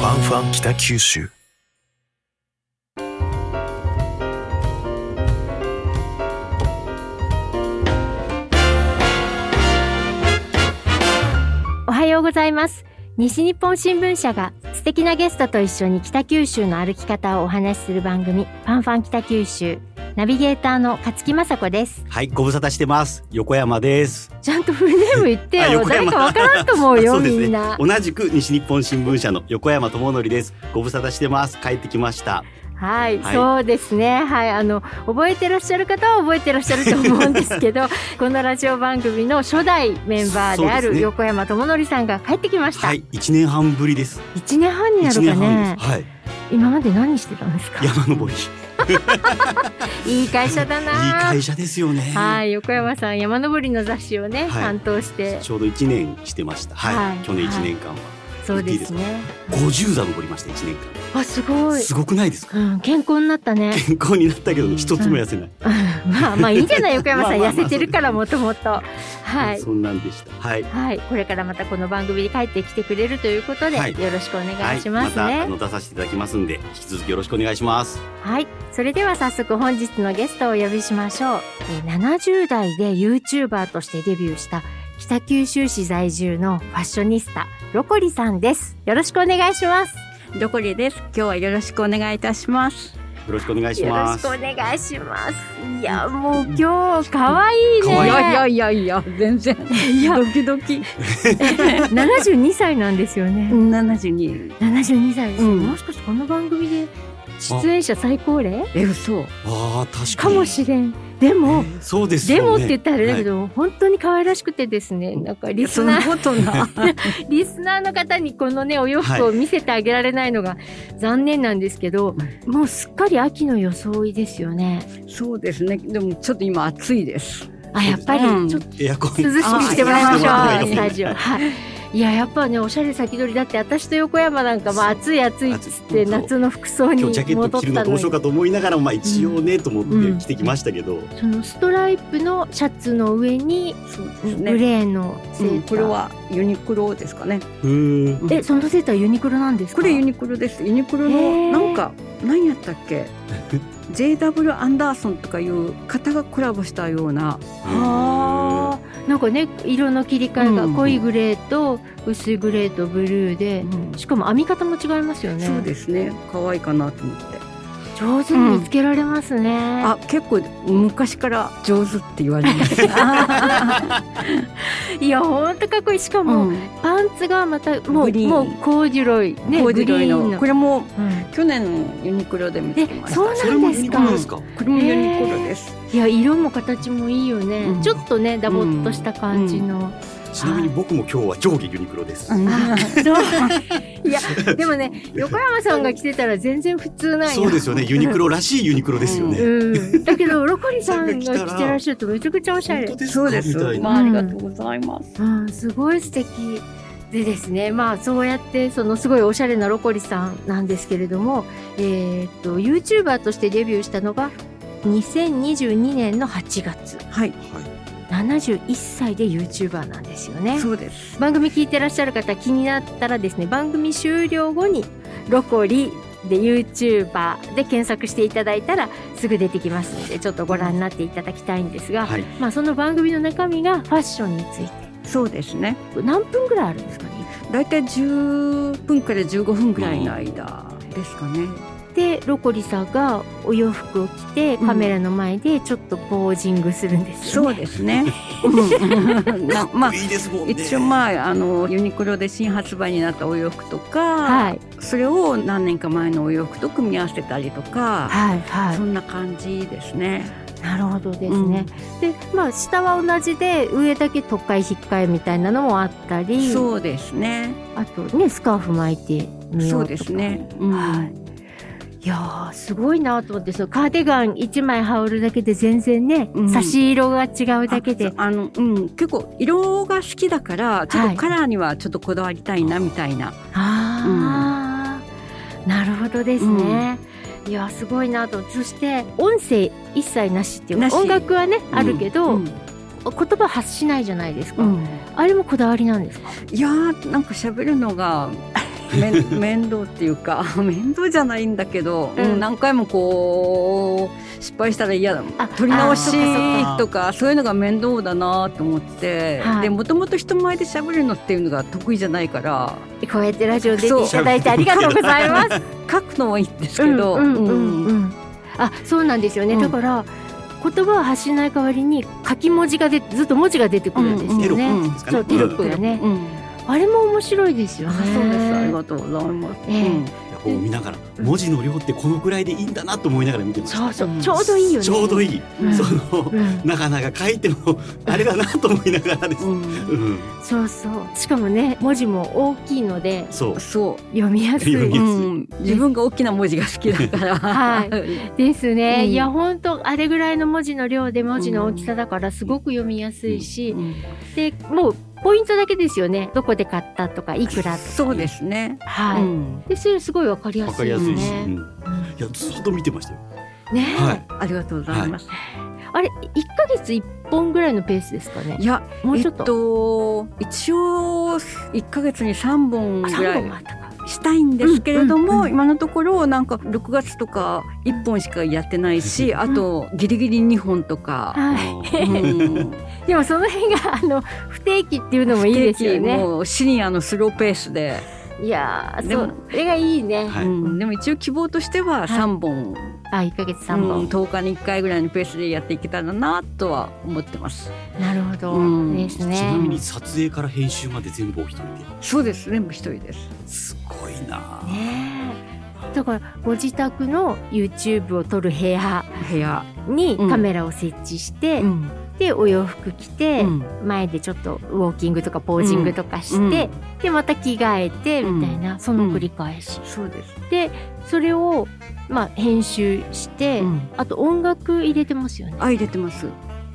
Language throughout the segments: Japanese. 北九州おはようございます西日本新聞社が素敵なゲストと一緒に北九州の歩き方をお話しする番組ファンファン北九州ナビゲーターの勝木雅子ですはい、ご無沙汰してます。横山です。ちゃんとフルネーム言ってあよ横誰山かわからんと思うよそうですねみんな同じく西日本新聞社の横山智則です。ご無沙汰してます。帰ってきました。はい、はいそうですねはいあの覚えてらっしゃる方は覚えてらっしゃると思うんですけど このラジオ番組の初代メンバーであそうでするね横山智則さんが帰ってきました、はい、一年半ぶりです。一1年半にな一るか年半ねです。はい、今まで何してたんですか山登り。いいいい会社だな会社ですよね。はい、横山さん山登りの雑誌をね、はい担当してちょうど一年してました。はい、はい去年一年間はそうですね五十座登りました。一年あすご間。いすごくないですか。うん、健康になった ね健康になったけど一つも痩せない。うんまあまあいいんじゃない横山さんまあまあまあ痩せてるからそもともとはいそんなんでした。はい。はいこれからまたこの番組に帰ってきてくれるということで、はいよろしくおは願いい、しまますねたはあい、の出させていただきますんで引き続きよろしくお願いします。それでは早速本日のゲストをお呼びしましょうえー70代で YouTuber としてデビューした北九州市在住のファッショニスタロコリさんですよろしくお願いしますどこりです。今日はよろしくお願いいたします。よろしくお願いしよろましす。くお願いします。いや、もう今日可愛い可ね。愛いいやいや、全然。いや、ドキドキ。七十二歳なんですよね。七十二。七十二歳ですよ、うんもしかしてこの番組で出演者最高齢え、嘘。ああ確かかに。もしれん。でも、そうですでもよってね。言ったらあれだけど、本当に可愛らしくてですね、なんかリスナー、ことな。リスナーの方にこのね、お洋服を見せてあげられないのが残念なんですけど、もうすっかり秋の装いですよね。 そうですね。でも、ちょっと今暑いです。あ、やっぱりうんちょっとエアコン涼しくしてもらいましあょーうスタジオ。はい。いややっぱねおしゃれ先取りだって私と横山なんかまあ暑い暑いっつってそう夏の服装に今日戻ジャケット着るったのどのうしようにかと思いながらもまあ一応ねと思うんって着てきましたけど、そのストライプのシャツの上にそうでグすね。レーのセうーんタこれー、はユニクロですかね。うーんえそのセーターユニクロなんですかこれユニクロです。ユニクロへーの、なんか、何やったっけ。J.W. アンダーソンとかいう方がコラボしたようなはあなんかね色の切り替えがうん濃いグレーと薄いグレーとブルーで、しかも編み方も違いますよねそうですね可愛いかなと思って上手に見つけられますね、あ結構昔から上手って言われ ます、いやほんとかっこいいしかも、うんパンツがまたもうグリーンもうコーデュロイねコーデュロイグのリーンこれもうん去年ユニクロで見つけえましたそうこそれなもんでユすニクかロですか。れもユニクロです、いや色も形もいいよね、うんちょっとねダボっとした感じの、ちなみに僕も今日は上下ユニクロです。うんあそういやでもね横山さんが着てたら全然普通なんよそうですよね。ユニクロらしいユニクロですよね。うん、だけどロコリさんがが着着てたららっしゃるとめちゃくちゃおしゃ本れ当です そかうですみたいな。まあありがとうございます、うん、すごい素敵でですねまあそうやってそのすごいおしゃれなロコリさんなんですけれども、えーっと YouTuber としてデビューしたのが2022年の8月はい71歳で YouTuber なんですよねそうです番組聞いてらっしゃる方気になったらですね番組終了後に「ロコリ」で YouTuber で検索していただいたらすぐ出てきますのでちょっとご覧になっていただきたいんですが、はい。まあ、その番組の中身がファッションについてそうですね何分ぐらいあるんですかねだいたい10分から15分ぐらいの間ですかね、でロコリさんがお洋服を着てカメラの前でちょっとポージングするんですよそうね。ですねうん なまあいいですもんね。一応まああのユニクロで新発売になったお洋服とか、はいそれを何年か前のお洋服と組み合わせたりとか、はいはそんな感じですね。いなるほどですね。でまあ下は同じで上だけ特会引っかえみたいなのもあったりそうですね。あとねスカーフ巻いてみよそううとかですね。うんはい。いやーすごいなと思ってそのカーディガン1枚羽織るだけで全然ね、うん差し色が違うだけであそうあのうん結構色が好きだからちょっはいとカラーにはちょっとこだわりたいなみたいな、ああ、なるほどですね。いやすごいなとそして音声一切なしっていうなし音楽はね、あるけど、うん言葉発しないじゃないですか、うんあれもこだわりなんですかいやーなんか喋るのがめ ん面倒っていうか 面倒じゃないんだけど、うんうん何回もこう失敗したら嫌だあ取り直しあーとかそういうのが面倒だなと思って、はいでもともと人前で喋るのっていうのが得意じゃないからこうやってラジオ出ていただいてありがとうございます。書くのはいいんですけど、うんうん うんうんうんあそうなんですよね、うんだから言葉を発しない代わりに書き文字が出ずっと文字が出てくるんですよね。テロうんうッんプですかね。そうテロップんがね、うんあれも面白いですよあね。そうですありがとうございます、ええうんこう見ながら文字の量ってこのぐらいでいいんだなと思いながら見てました。そうそううんちょうどいいよね。ちょうどいい。うんそのうんなかなか書いてもあれだなと思いながらです。うんうん、そうそう。しかもね文字も大きいのでそう。そう読みやす読みいやすいうん、自分が大きな文字が好きだから、はですね。うんいや本当あれぐらいの文字の量で文字の大きさだからすごく読みやすいし、でもうポイントだけですよね。どこで買ったとかいくらとか。そうですね、はい。うん、でそれすごいわかりやわすかいりよやすいし、うんね。いやずっと見てましたよ。ね、はい。ありがとうございます、あれ一ヶ月一本ぐらいのペースですかねい。やもうちょっと。えっと、一応1ヶ月に3本あぐ三ら本もあいったか。したいんですけれどうんうんも、うん今のところなんか6月とか1本しかやってないし、あとギリギリ2本とか。はい。い。うんでもその辺があの不定期っていうのもいいですよ不定期ね。もうシニアのスローペースで、いやーでそもうそれがいいね。はいうんでも一応希望としては3本、あ一ヶ月う三ん本。 10日に1回ぐらいのペースでやっていけたらなとは思ってますなるほど、うんですちなみね。に撮影から編集まで全部お一人で。そうです全部一人ですすごいな。ねえだからご自宅の YouTube を撮る部屋部屋、にうんカメラを設置して、うんでお洋服着て、うん前でちょっとウォーキングとかポージングとかして、でまた着替えてみたいな、その繰り返し、そうです、でそれをまあ編集して、うんあと音楽入れてますよね、はい、あ入れてます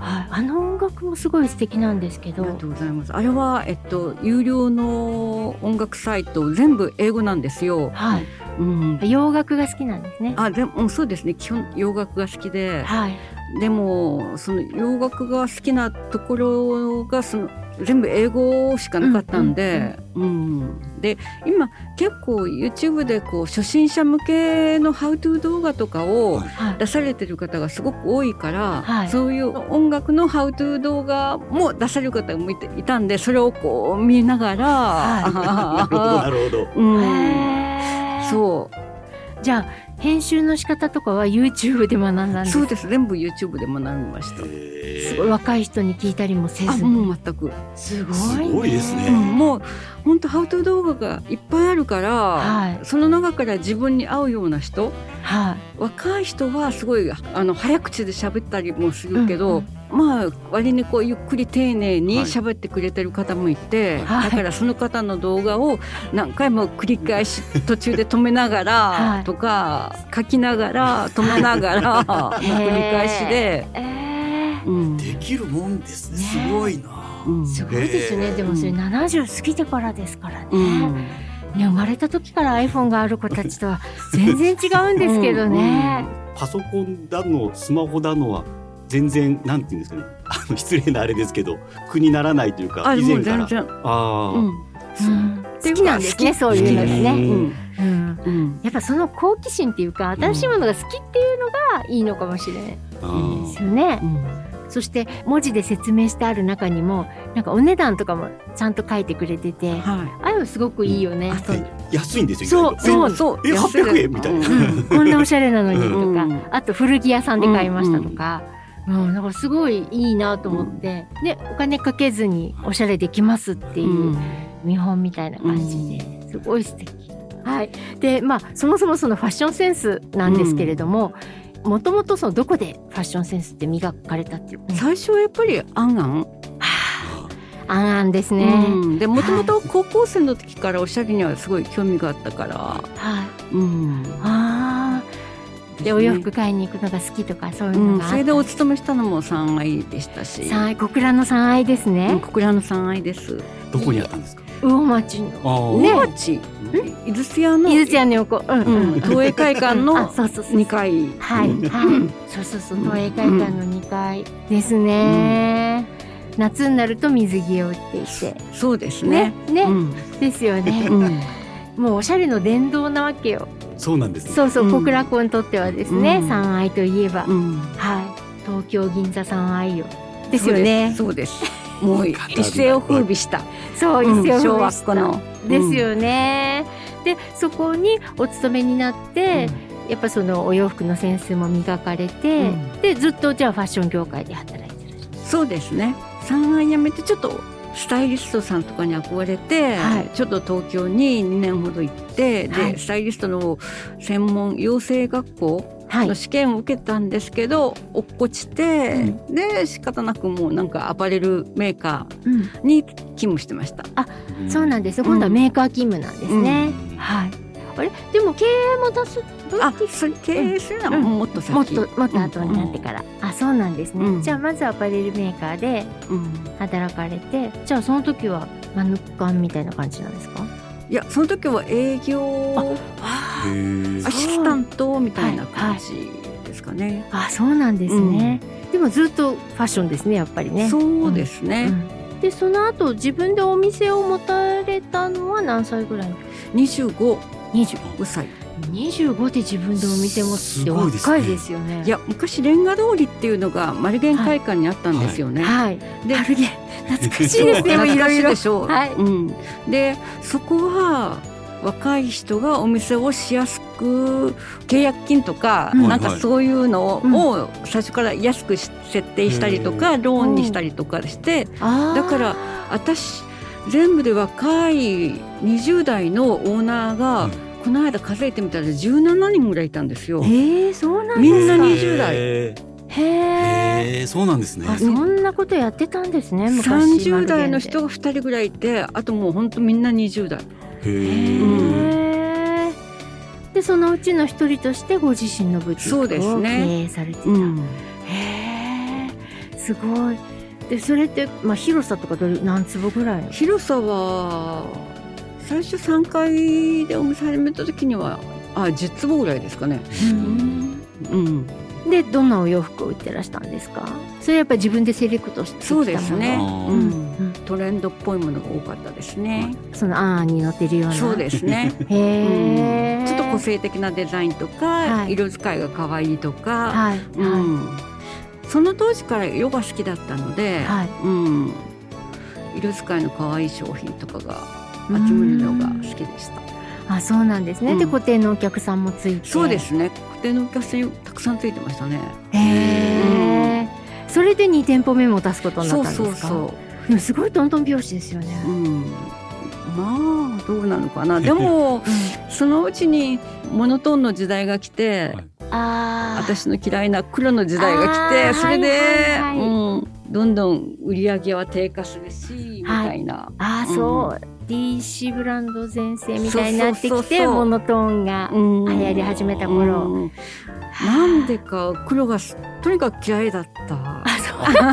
あの音楽もすごい素敵なんですけあどりがとうございます。あれはえっと有料の音楽サイト全部英語なんですよ。はい、うん。洋楽が好きなんですねあでもうんそうですね基本洋楽が好きではいでもその洋楽が好きなところがその全部英語しかなかったんで、うんで今結構 YouTube でこう初心者向けの How to 動画とかをはいはい出されてる方がすごく多いから、はいそういう音楽のハウトゥー動画も出される方もいていたんでそれをこう見ながら、 なるほどなるほど。 うん、へーそじゃあ編集の仕方とかは YouTube で学んだんでうすそうです全部 YouTube で学びました。すすごい若い人に聞いたりもせあずもう全く、すごいすごいですねうんもう本当ハウトゥー動画がいっぱいあるから、はいその中から自分に合うような人はい若い人はすごいあの早口で喋ったりもするけど、まあ割にこうゆっくり丁寧にはい喋ってくれてる方もいて、はいだからその方の動画を何回も繰り返し途中で止めながはらいとか、書きながら止めながらのい繰り返しで、えーうんできるもんですね。ねすごいな。うんすごいですね、へーでもそれ70過ぎてからですからね、うんね生まれた時から iPhone がある子たちとは全然違うんですけどね、パソコンだのスマホだのは全然なんて言うんですかね。 あの失礼なあれですけど苦にならないというかあ以も前かう全ら。然、ああ、うんうん好きなんですねそういうのですうね、うんうんうんやっぱその好奇心っていうか新しいものが好きっていうのがいいのかもしれないあいいーですよねう、んそして文字で説明してある中にもなんかお値段とかもちゃんと書いてくれててあはあいうのすごくいいよね、あそうで安いんですそうよ。意外い、とそうでもそえう安い800円みたいなううんん、こんなおしゃれなのにとか、うんあと古着屋さんで買いましたとか、うんだからすごいいいなと思って、でお金かけずにおしゃれできますっていううん見本みたいな感じで、すごい素敵はいでまあそもそもそのファッションセンスなんですけれども、もともとそのどこでファッションセンスって磨かれたっていうか、最初はやっぱりアンアンあんあんですね、うん、でもともと高校生の時からおしゃれにはすごい興味があったから、はいうん、あーすねでお洋服買いに行くのが好きとかそういううのん、があっそた、れでお勤めしたのも三愛でしたし、三愛小倉の三愛ですうん、ね、小倉の三愛です。どこにあったんですか。魚町のあーね、大町、伊豆津屋の、伊豆ちゃんの横うんううんん、東映会館 あのそうそうそう二階。はい、はい、そうそうそう、東映会館の2階ですね。夏になると水着を売っていて。そうですねね。、ね、うん、ですよね。うん、もうおしゃれの殿堂なわけよそうなんですね。そうそう、うん小倉子にとってはですね、うん三愛といえば、うんはい東京銀座三愛よですよねそうですそうですもう一世を風靡したそううん一世昭を和風っ靡子のですよね、でそこにお勤めになって、やっぱそのお洋服のセンスも磨かれて、うんでずっとじゃあファッション業界で働いてるそうですね三愛辞めてちょっとスタイリストさんとかに憧れて、はいちょっと東京に2年ほど行って、はいでスタイリストの専門養成学校はいの試験を受けたんですけど、落っこちて、うで仕方なくもうなんかアパレルメーカうんーに勤務してました。そうなんでです今度はメーカー勤務なんですね、はいあれでも経営も出すあ、それ経営するのはもっと先、もっともっと後になってから、あそうなんですね、うんじゃあまずアパレルメーカーでうん働かれてじゃあその時はマヌカンみたいな感じなんですかいやその時は営業へーアシスタントみたいな感じですかね。あそうなんですね、でもずっとファッションですねやっぱりねそうですうね。んでその後自分でお店を持たれたのは何歳ぐらいの二十五20歳。 25で自分でお店持つってすごいですね若いですよねいや昔レンガ通りっていうのが丸源会館にあったんですよね。はいで春毛懐かしいですねそうもういろい懐かしろでしょう。はいうん。でそこは若い人がお店をしやすく契約金とか、うんなんはいかはいそういうのうんを最初から安くし設定したりとか、ローンにしたりとかして、あーだから私全部で若い20代のオーナーが、うんこの間数えてみたら17人ぐらいいたんですよ。へえそうなんですかみんな20代へへええそうなんですね。あそんなことやってたんですね昔30代の人がが2人ぐらいいてあともう本当みんな20代へへええでそのうちの一人としてご自身のブティそうッでクすを経ね営されてた、うんへえすごいでそれって、まあ、広さとかどれ何坪ぐらいの広さは最初3階でお店始めた時にはあ10坪ぐらいですかね、うん、でどんなお洋服を売ってらしたんですかそれやっぱり自分でセレクトしてきたそもうのですね、あーう、うんんトレンドっぽいものが多かったですね、そのアーに載ってるようなそうですね、 へえ、うんちょっと個性的なデザインとか、はい色使いが可愛いとか、はい、うん、その当時から色が好きだったので、はいうん、色使いの可愛い商品とかがうん集めるのが好きでした。あそうなんですね、でうん固定のお客さんもついてそうですね。固定のお客さんたくさんついてましたね。へえ、それで2店舗目も出すことになそっうたんですそかうそでもすごいトントン拍子ですよね、う。うん。まあどうな のかな。でもそのうちにモノトーンの時代が来て、はいああ私の嫌いな黒の時代が来て、あーそれで、はいはいはいうん、どんどん売り上げは低下するしみたいな。あーそう、DC ブランド全盛みたいになってそうきそうそうてそうモノトーンが、流流行り始めた頃なんでか黒がすとにかく嫌い だったあ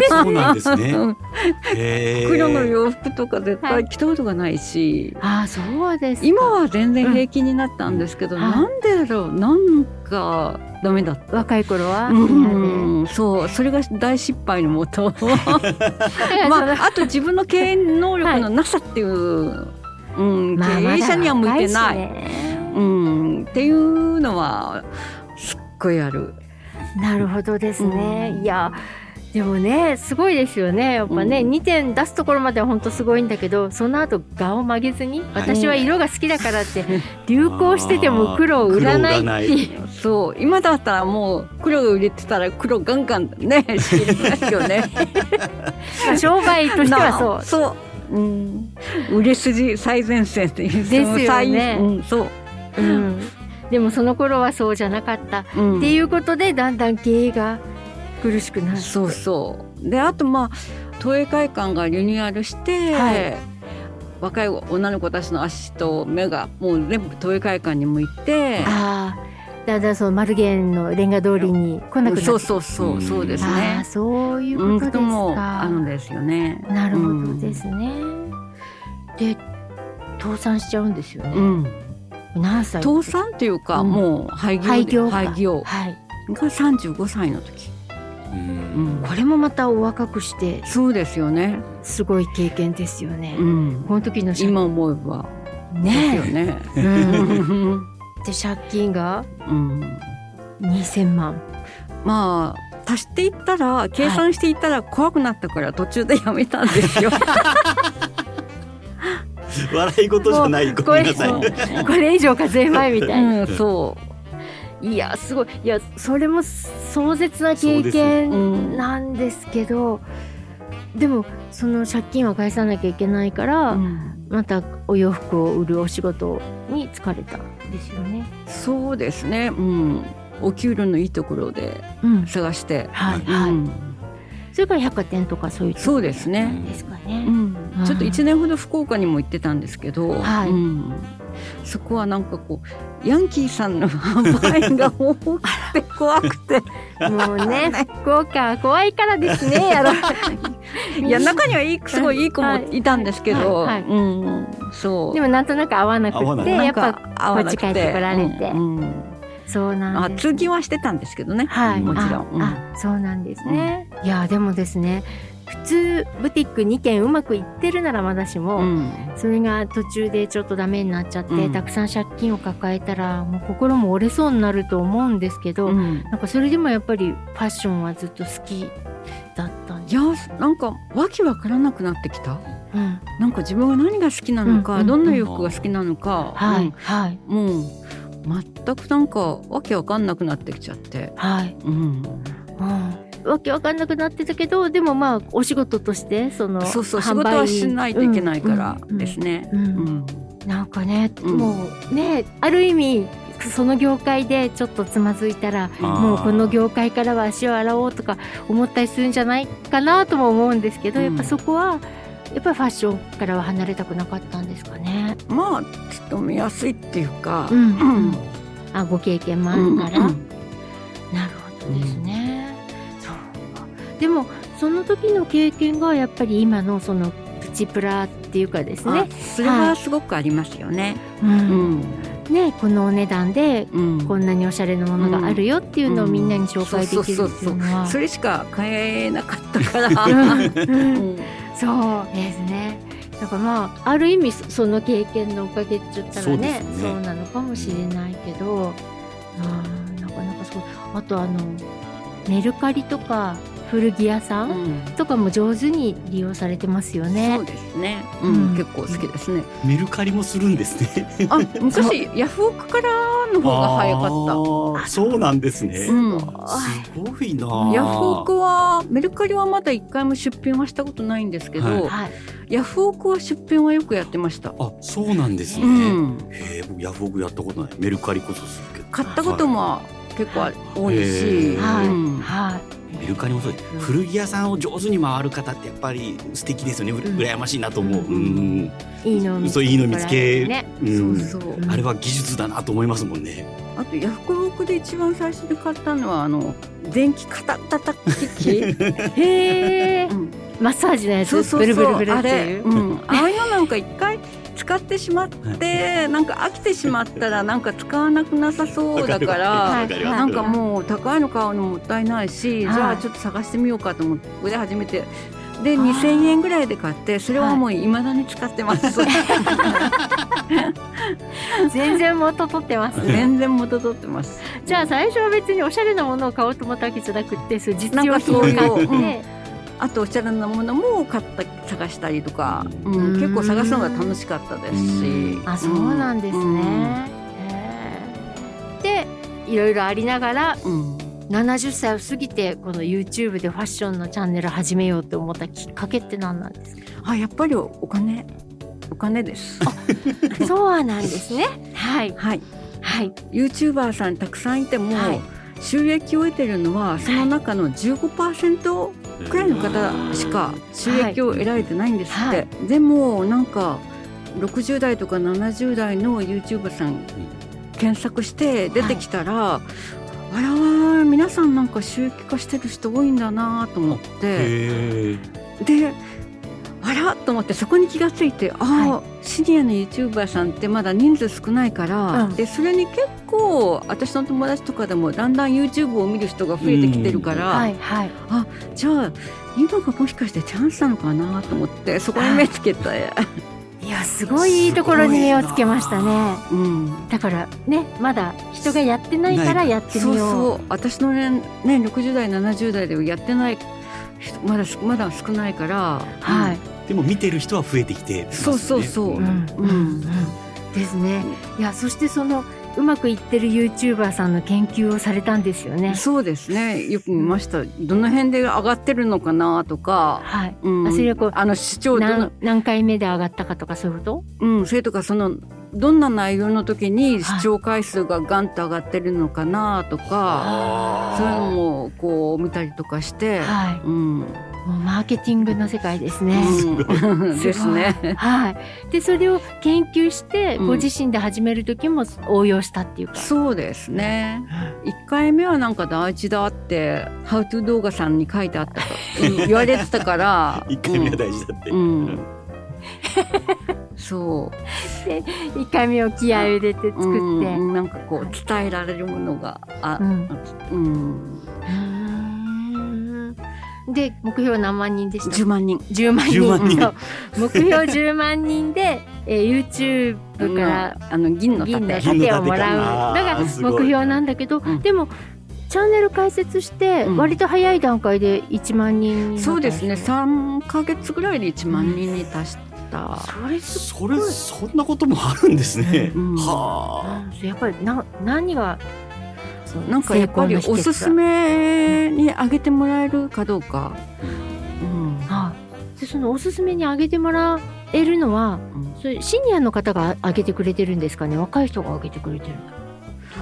そうそうなんですね。 うんへー黒の洋服とか絶対着たことがないし、あーそうですか今は全然平気になったんですけど、うんなんでだろうなんかダメだった。若い頃は、うんうん、そうそれが大失敗のもと、 まあ、あと自分の経営能力のなさっていう、うん、経営者には向いてない、うん、っていうのはすっごいある。なるほどですね、うんいやでもねすごいですよねやっぱね、うん2点出すところまでは本当すごいんだけどその後顔を曲げずに私は色が好きだからって、流行してても黒を売らないっていうそう今だったらもう黒を売れてたら黒ガンガンね仕入れますよね。まあ 商売としてはそうそう。うん、売れ筋最前線っていうですよねその最うん、そう、うん、でもその頃はそうじゃなかった、うんっていうことでだんだん経営が苦しくなるそうそうであとまあ都営会館がリニューアルして、はい若い女の子たちの足と目がもう全部都営会館に向いてああだんだんその丸源のレンガ通りに来なくなってそうそうそう、うんそうですああねそういううんことですともかあ、るんですよねなるほうどんですね、で倒産しちゃうんですようね、ん何歳の倒時産っていうか、うんもう廃業廃業かで廃業はいが35歳の時、うんこれもまたお若くしてそうですよね、すごい経験ですよね、うんこの時の社今思えばですよねね。え、うん、うん で借金が うん2000万 まあ足していったら計算していったら怖くなったから途中でやめたんです よ。笑い事じゃないごめんなさいもうここれ以上数えないみたいなうん、そいやすごいいやそれも壮絶な経う、験んなんですけどでもその借金は返さなきゃいけないから、うんまたお洋服を売るお仕事に疲れたんですよね。そうですね。うん、お給料のいいところでうん、探して、はいはい、うんそれから百貨店とかそういうとこそうですね。ですかう ね。んうんちょっと1年ほど福岡にも行ってたんですけど、はいうんそこはなんかこうヤンキーさんの 販売員が多くて怖くてもうね福岡は怖いからですねやろ いや中にはいいすごいいい子もいたんですけど、はいはいうん、そうでもなんとなく合わなく合わなっいてなやんっかぱ合わなくこっち帰ってこられてうんうんそうなあんです。通勤はしてたんですけどね、はい、もちろん、うんああそうなんですね。いやでもですね普通ブティック2軒うまくいってるならまだしも、うんそれが途中でちょっとダメになっちゃって、うんたくさん借金を抱えたらもう心も折れそうになると思うんですけど、うんなんかそれでもやっぱりファッションはずっと好きだったんいじやなんかわけわからなくなってきたゃ、うん、なんか自分は何が好きなのか、うんうんどんな洋服が好きなのか、はい、うんはいもう全くなんかわけわかんなくなってきちゃって、はい、うん、うん、わけわかんなくなってたけどでもまあお仕事としてそのそうそう仕販事売はしないといけないからうんうんですね。うんうんなんかね、うんもうねある意味その業界でちょっとつまずいたらあーもうこの業界からは足を洗おうとか思ったりするんじゃないかなとも思うんですけど、うんやっぱそこはやっぱりファッションからは離れたくなかったんですかね。まあ勤めやすいっていうか、うんうんあご経験もあるから、うんなるほどですね。そうかでもその時の経験がやっぱり今のそのプチプラっていうかですあね。それはすごくありますよね。うんんねこのお値段でうんこんなにおしゃれなものがあるよっていうのをみんなに紹介できるっていうのは。それしか買えなかったから。 うんうんそうですね。だからまあある意味そその経験のおかげって言ったらそうねでそうすねなのかもしれないけど、あーなかなかそうあとあのメルカリとか古着屋さうんんとかも上手に利用されてますよそねう。ですね。ううんん、結構好きですね。メルカリもするんですね。あ、昔ヤフオクからの方が早かっった。そうなんですね。た。すうん。ごいな。ヤフオクはメルカリはまだ一回も出品はしたことないんですけど、はいはい。ヤフオクは出品はよくやってました。あ、そうなんですうね。ん、へえ、僕ヤフオクやったことない。メルカリこそするけど。買ったことも結構多いし、へーはいうんはい。メルカリもそうです。うん古着屋さんを上手に回る方ってやっぱり素敵ですよね。ううん羨ましいなと思う。ううんん。いいのを見つそういいの見つけね。うんそうそう。あれは技術だなと思いますもんね。あとヤフオクで一番最初に買ったのはあの電気肩叩き機、へえう。んマッサージの やそうつ。そうそうブルブルブルっあてれ、いう。うん、ああいうのなんか一回使ってしまってなんか飽きてしまったらなんか使わなくなさそうだかわら。るわはいわなるんかもう高いの買うのもったいないし、はいじゃあちょっと探してみようかと思ってここで初めてであー2,000円ぐらいで買ってそれはもういまだに使ってます、全然元取ってますね。全然元取ってます じゃあ最初は別におしゃれなものを買おうと思ったわけじゃなくってそう実なん用か品そをう買いって、う、うんあとおしゃれなものも買った探したりとか、うんうん結構探すのが楽しかったですしあそうなんですね。うんへえでいろいろありながらうん70歳を過ぎてこの YouTube でファッションのチャンネル始めようって思ったきっかけって何なんですかあやっぱりお金お金です そうなんですね。はいはいはい。 YouTuber さんたくさんいても、はい収益を得てるのはその中の15%くらいの方しか収益を得られてないんですって、はいでもなんか60代とか70代の YouTuber さん検索して出てきたら、あらわ皆さんなんか収益化してる人多いんだなと思ってへえ。であらと思ってそこに気がついてああ、はシニアの YouTuber さんってまだ人数少ないから、うんでそれに結構私の友達とかでもだんだん YouTube を見る人が増えてきてるから、はいはい。じゃあ今がもしかしてチャンスなのかなと思ってそこに目つけて、いいやすごいいいところに目をつけましたねうん、だからねまだ人がやってないからやってみよそううそう私のねね60代70代ではやってない人まだまだ少ないから、はい、でも見てる人は増えてきてますよね、そうそうそううんんうんうんですねいやそしてそのうまくいってる YouTuber さんの研究をされたんですよねそうですねよく見ましたどの辺で上がってるのかなとか、はいうんあそれはこうあの視聴どの何何回目で上がったかとかそういうことうん、それとかそのどんな内容の時に視聴回数がガンと上がってるのかなとか、そういうのあもこう見たりとかして、はいうん、もうマーケティングの世界ですね、うんですね。はいでそれを研究してうんご自身で始める時も応用したっていうか、 そうですね。一回目はなんか大事だって「ハウトゥー動画さんに書いてあったかうん言われてたか ら一回目は大事だって、う んうんそう一回目を気合を入れて作って、うんうんなんかこう伝えられるものがあうんで目標何万人でした10万人10万人10万人そう目標10万人で、えー YouTube からあの銀の銀の盾盾をもらうのがあー目すごい標なんだけど、うんでもチャンネル開設してうん割と早い段階で1万人になったんそうですねよ3か月ぐらいで1万人に達した、それすそれそんなこともあるんですね、うんはうんやっぱりな何がそうなんかやっぱり成功のお秘訣だすすめにあげてもらえるかどうか、うんはいでそのおすすめに上げてもらえるのはうんそれシニアの方が上げてくれてるんですかね若い人が上げてくれてるんだ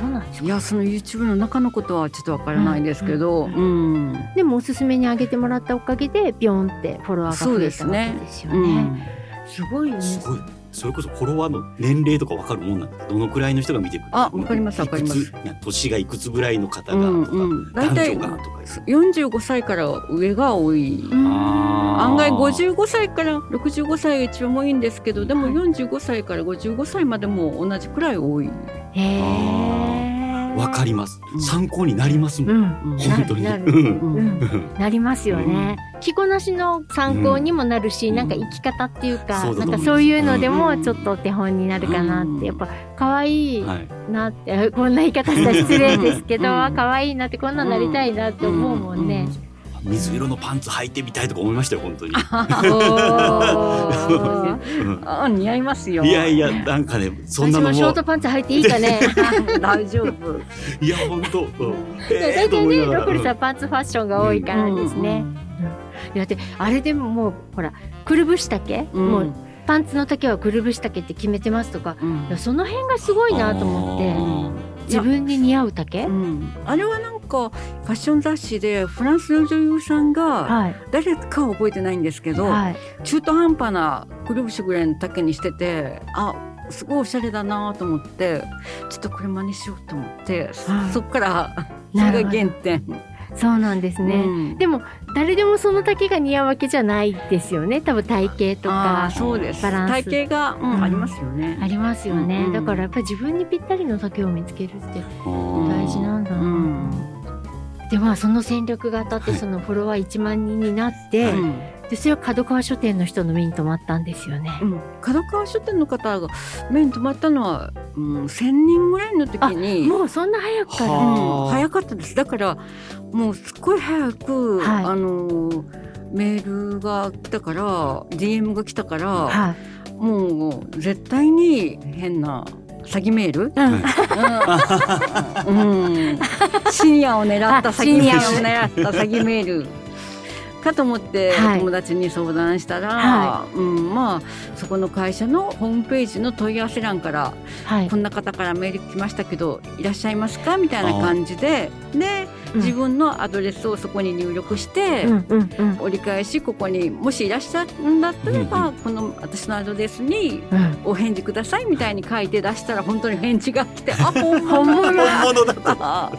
どうなんですいかやその YouTube の中のことはちょっとわからないですけど、ううんんでもおすすめに上げてもらったおかげでビョンってフォロワーが増えたわけですようねんすごいよあねすごいそれこそフォロワーの年齢とかわかるもんなんですかどのくらいの人が見てくるあわかりますわかりますいくつな年がいくつぐらいの方うがんとか、うん、大男体女がとか45歳から上が多い、うんあー案外55歳から65歳が一番多いんですけどでも45歳から55歳までも同じくらい多い、へえわかります、うん参考になりますもん、うんうん本当になるううんんうん なりますよね、着こなしの参考にもなるし、うんなんか生き方っていうか、そうなんだと思いますかそういうのでうもんちょっとお手本になるかなって、うんやっぱ可愛いはいなって、あこんな言い方したら失礼ですけど、うんあ可愛いなってこんなんなりたいなって思うもんね。あ水色のパンツ履いてみたいとか思いましたよ本当に、おーうん あー似合いますよいやいやなんかねそん私なのもショートもパンツ履いていいかね。 大丈夫いや本当、うん大えーと体思いね、ながらロコリさんパンツファッションが多いからですね。いやであれでももうほらくるぶし丈、うんもうパンツの丈はくるぶし丈って決めてますとかうんいやその辺がすごいなと思って。自分に似合う丈、うんあれはなんかファッション雑誌でフランスの女優さんがはい、誰かは覚えてないんですけど、はい、中途半端なくるぶしぐらいの丈にしててあすごいおしゃれだなと思ってちょっとこれ真似しようと思って、そはいそっからそなるほれがど原点。そうなんですね、うんでも誰でもその丈が似合うわけじゃないですよね多分体型とあかーそうですバランス体型が、うんうんありますよね。ありますよね、うんだからやっぱり自分にぴったりの丈を見つけるってうん大事なんだな、うんでまあその戦略が当たってはいそのフォロワー1万人になって、うんでそれは角川書店の人の目に留まったんですよね、うん角川書店の方が目に留まったのは、うん、1,000人ぐらいの時にもうそんな早くから、はあうん、早かったですだからもうすっごい早く、はいあのーメールが来たから DM が来たから、はい、もう絶対に変な詐欺メール、うん うん、シニアを狙ったあ詐シ欺ニメーア をル狙った詐欺メールかと思ってはい友達に相談したら、はうん、まあそこの会社のホームページの問い合わせ欄からはいこんな方からメール来ましたけどいらっしゃいますかみたいな感じででうん自分のアドレスをそこに入力して、うんうんうん折り返しここにもしいらっしゃるんだったらば、この私のアドレスにうんお返事くださいみたいに書いて出したら本当に返事が来てあ本本物物 本物だとだ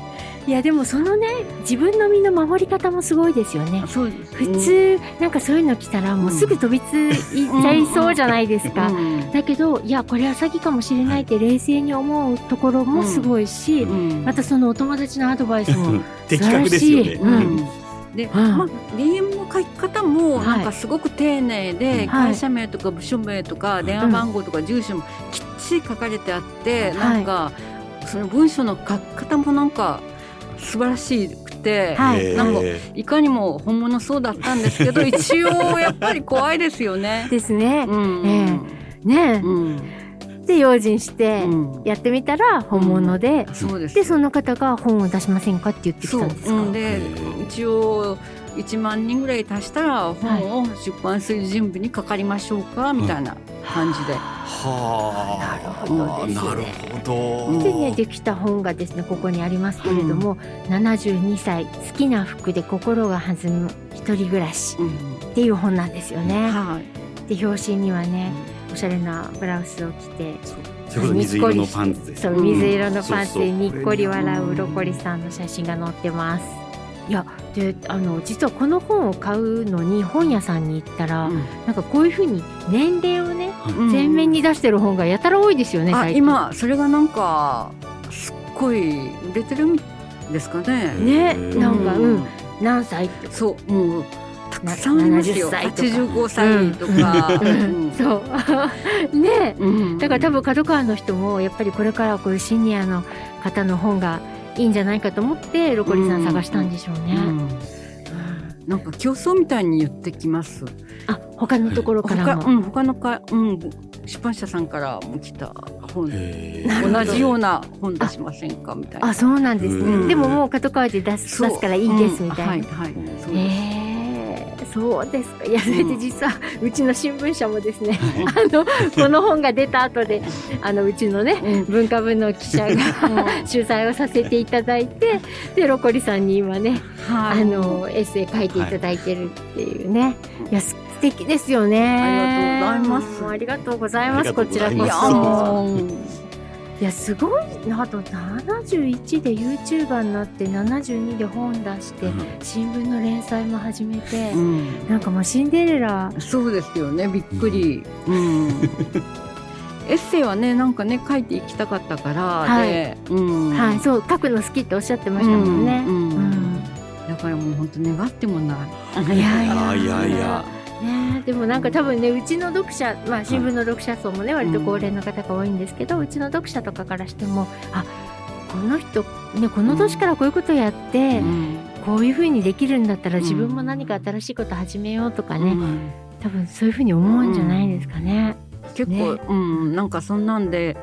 いやでもそのね自分の身の守り方もすごいですよね そうです普通なんかそういうの来たらもうすぐ飛びついちゃいそうじゃないですか。うんだけどいやこれは詐欺かもしれないって冷静に思うところもすごいし、うん またそのお友達のアドバイスも的確ですよ素晴らしいね、うんで、うんまあ、DM の書き方もはいなんかすごく丁寧で、はい会社名とか部署名とか電話番号とか住所もきっちり書かれてあって、はいなんかその文章の書き方もなんか素晴らしくて、はいえーなんかいかにも本物そうだったんです けど一応やっぱり怖いですよね。ですね。うんえねうんえで用心してうんやってみたら本物で、そうですでその方が本を出しませんかって言ってきたそうんですか。うんでへー一応1万人ぐらい足したら本を出版する準備にかかりましょうかみたいな感じで、はなるほどあですねなるほど。でねできた本がですねここにありますけれども、72歳好きな服で心が弾む一人暮らしうんっていう本なんですよね。はいで表紙にはねおしゃれなブラウスを着てそれこそ水色のパンツで。そううん水色のパンツそうそうににっこり笑うロコリさんの写真が載ってます。いやであの実はこの本を買うのに本屋さんに行ったら、なんかこういうふうに年齢をねうん前面に出してる本がやたら多いですよね、あ最近今それがなんかすっごい売れてるんですかね。ねうんなんかうん何歳ってそうもうたくさんありますよ。な70歳とか85歳とか。うんそう ねうんだから多分角川の人もやっぱりこれからはこういうシニアの方の本がいいんじゃないかと思ってロコリさん探したんでしょうね、うんなんか競争みたいに言ってきます。あ他のところからも、他うん、他のか、うん、出版社さんからも来た本へー同じような本出しませんかみたいなあそうなんですうねんでももう角川で出すそう出すからいいですみたいな、うんはいはいそうですえーそうですかいやそれで実は、うちの新聞社もですねはいあのこの本が出た後であのうちのねうん文化部の記者が取材をさせていただいてでロコリさんに今ねあはいのエッセイ書いていただいてるっていうね、い、やす素敵ですよねありがとうございますもありがとうございますありがことうごちざらいこいますやそもういやすごいなと71で YouTuber になって72で本出して、新聞の連載も始めて、うんなんかもうシンデレラそうですよねびっくり、うん、エッセイはねなんかね書いていきたかったから、はいで、うんはい、うそう書くの好きっておっしゃってましたもんね。んうんうんだからもう本当願ってもないやいやあいやいや。ねえ、でもなんか多分ねうちの読者、まあ、新聞の読者層もね割と高齢の方が多いんですけど、うちの読者とかからしてもあこの人、ね、この年からこういうことやって、うんこういうふうにできるんだったらうん自分も何か新しいこと始めようとかね、うん多分そういうふうに思うんじゃないですかね。結構、ねうん、なんかそんなんで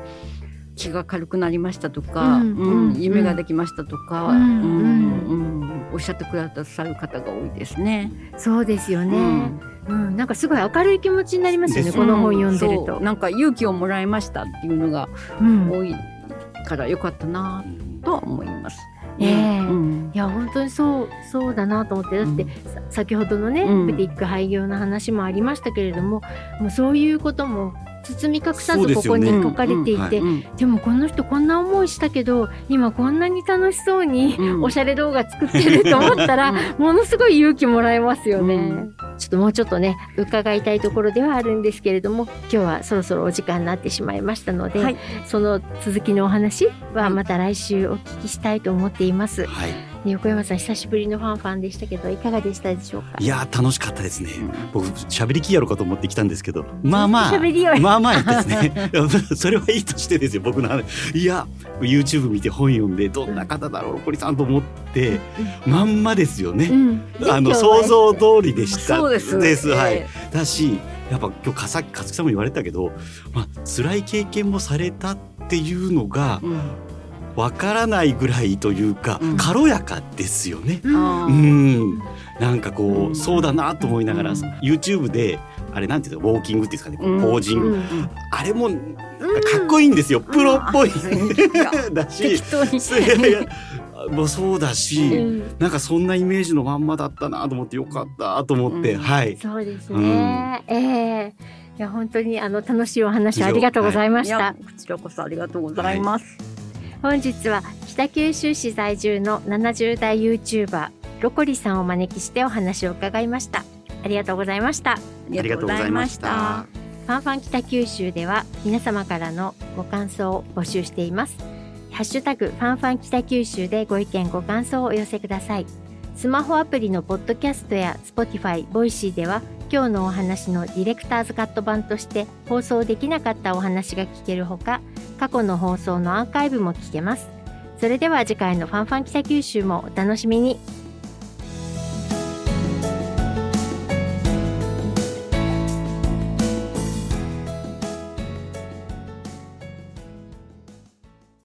気が軽くなりましたとか、ううんんうん夢ができましたとか、ううんんうんおっしゃってくださる方が多いですね。そうですようね、んうんなんかすごい明るい気持ちになりますよねですこの本読んでるうとそう。なんか勇気をもらいましたっていうのがうん多いから良かったなとは思います。ねえうんいや本当にそうそうだなと思ってだって、うんさ先ほどのね、うんブティック廃業の話もありましたけれどももうそういうことも包み隠さそうずでこすこよねに書かれていて、うんはいうんでもこの人こんな思いしたけど今こんなに楽しそうにうんおしゃれ動画作ってると思ったら、ものすごい勇気もらえますよね。うんちょっともうちょっとね伺いたいところではあるんですけれども今日はそろそろお時間になってしまいましたので、はいその続きのお話ははいまた来週お聞きしたいと思っています。はい。横山さん久しぶりのファンファンでしたけどいかがでしたでしょうかいやー楽しかったですね。うん僕喋りきやろうかと思ってきたんですけど、まあまあ。喋りよいまあまあですね。 それはいいとしてですよ、僕の話。いや、YouTube 見て本読んで、どんな方だろう、こりさんと思って、まんまですようね。んあの、想像通りでした。そうです。はい。えだし、やっぱ今日、かさかつきさんも言われたけど、まあ、辛い経験もされたっていうのがえ。う、んわからないぐらいというか、うん軽やかですよね。うんあうーん、なんかこうう、んそうだなと思いながら、うん YouTube で、あれなんていうの、ウォーキングっていうんですかね、こううんポージング、うんあれも、なんかかっこいいんですよ、プロっぽい。いや だ適し、当に。いやいやもうそうだし、うんなんかそんなイメージのまんまだったなと思って、よかったと思って、うんはい。そうですうんね、ええいや本当にあの楽しいお話ありがとうございまいした、や、こちらこそありがとうございます。本日は北九州市在住の70代 YouTuber ロコリさんをお招きしてお話を伺いましたありがとうございましたありがとうございました。ファンファン北九州では皆様からのご感想を募集していますハッシュタグファンファン北九州でご意見ご感想をお寄せくださいスマホアプリのポッドキャストや Spotify、ボイシーでは今日のお話のディレクターズカット版として放送できなかったお話が聞けるほか過去の放送のアーカイブも聞けますそれでは次回のファンファン北九州もお楽しみに